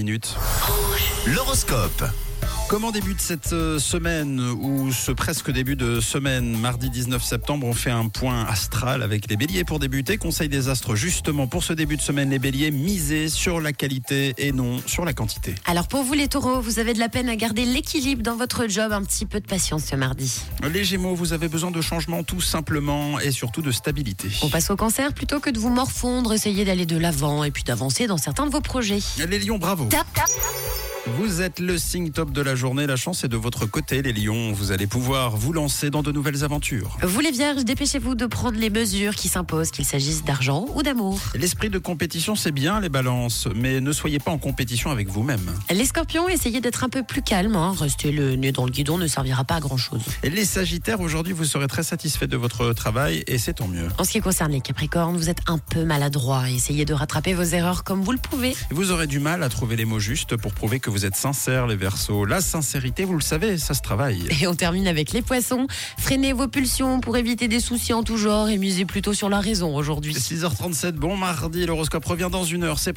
minutes. L'horoscope. Comment débute cette euh, semaine ou ce presque début de semaine Mardi 19 septembre, on fait un point astral avec les béliers pour débuter. Conseil des astres, justement, pour ce début de semaine, les béliers, misez sur la qualité et non sur la quantité. Alors pour vous les taureaux, vous avez de la peine à garder l'équilibre dans votre job, un petit peu de patience ce mardi. Les gémeaux, vous avez besoin de changement tout simplement et surtout de stabilité. On passe au cancer, plutôt que de vous morfondre, essayez d'aller de l'avant et puis d'avancer dans certains de vos projets. Les lions, bravo Tap, tap. Vous êtes le signe top de la journée, la chance est de votre côté les lions, vous allez pouvoir vous lancer dans de nouvelles aventures. Vous les vierges, dépêchez-vous de prendre les mesures qui s'imposent, qu'il s'agisse d'argent ou d'amour. L'esprit de compétition, c'est bien les balances, mais ne soyez pas en compétition avec vous-même. Les scorpions, essayez d'être un peu plus calme, hein. rester le nez dans le guidon ne servira pas à grand chose. Et Les Sagittaires, aujourd'hui, vous serez très satisfait de votre travail et c'est tant mieux. En ce qui concerne les capricornes, vous êtes un peu maladroit, essayez de rattraper vos erreurs comme vous le pouvez. Vous aurez du mal à trouver les mots justes pour prouver que vous êtes sincère, les Verseaux. La sincérité, vous le savez, ça se travaille. Et on termine avec les poissons, freinez vos pulsions pour éviter des soucis en tout genre et misez plutôt sur la raison aujourd'hui. 6h37, bon mardi, l'horoscope revient dans une heure, c'est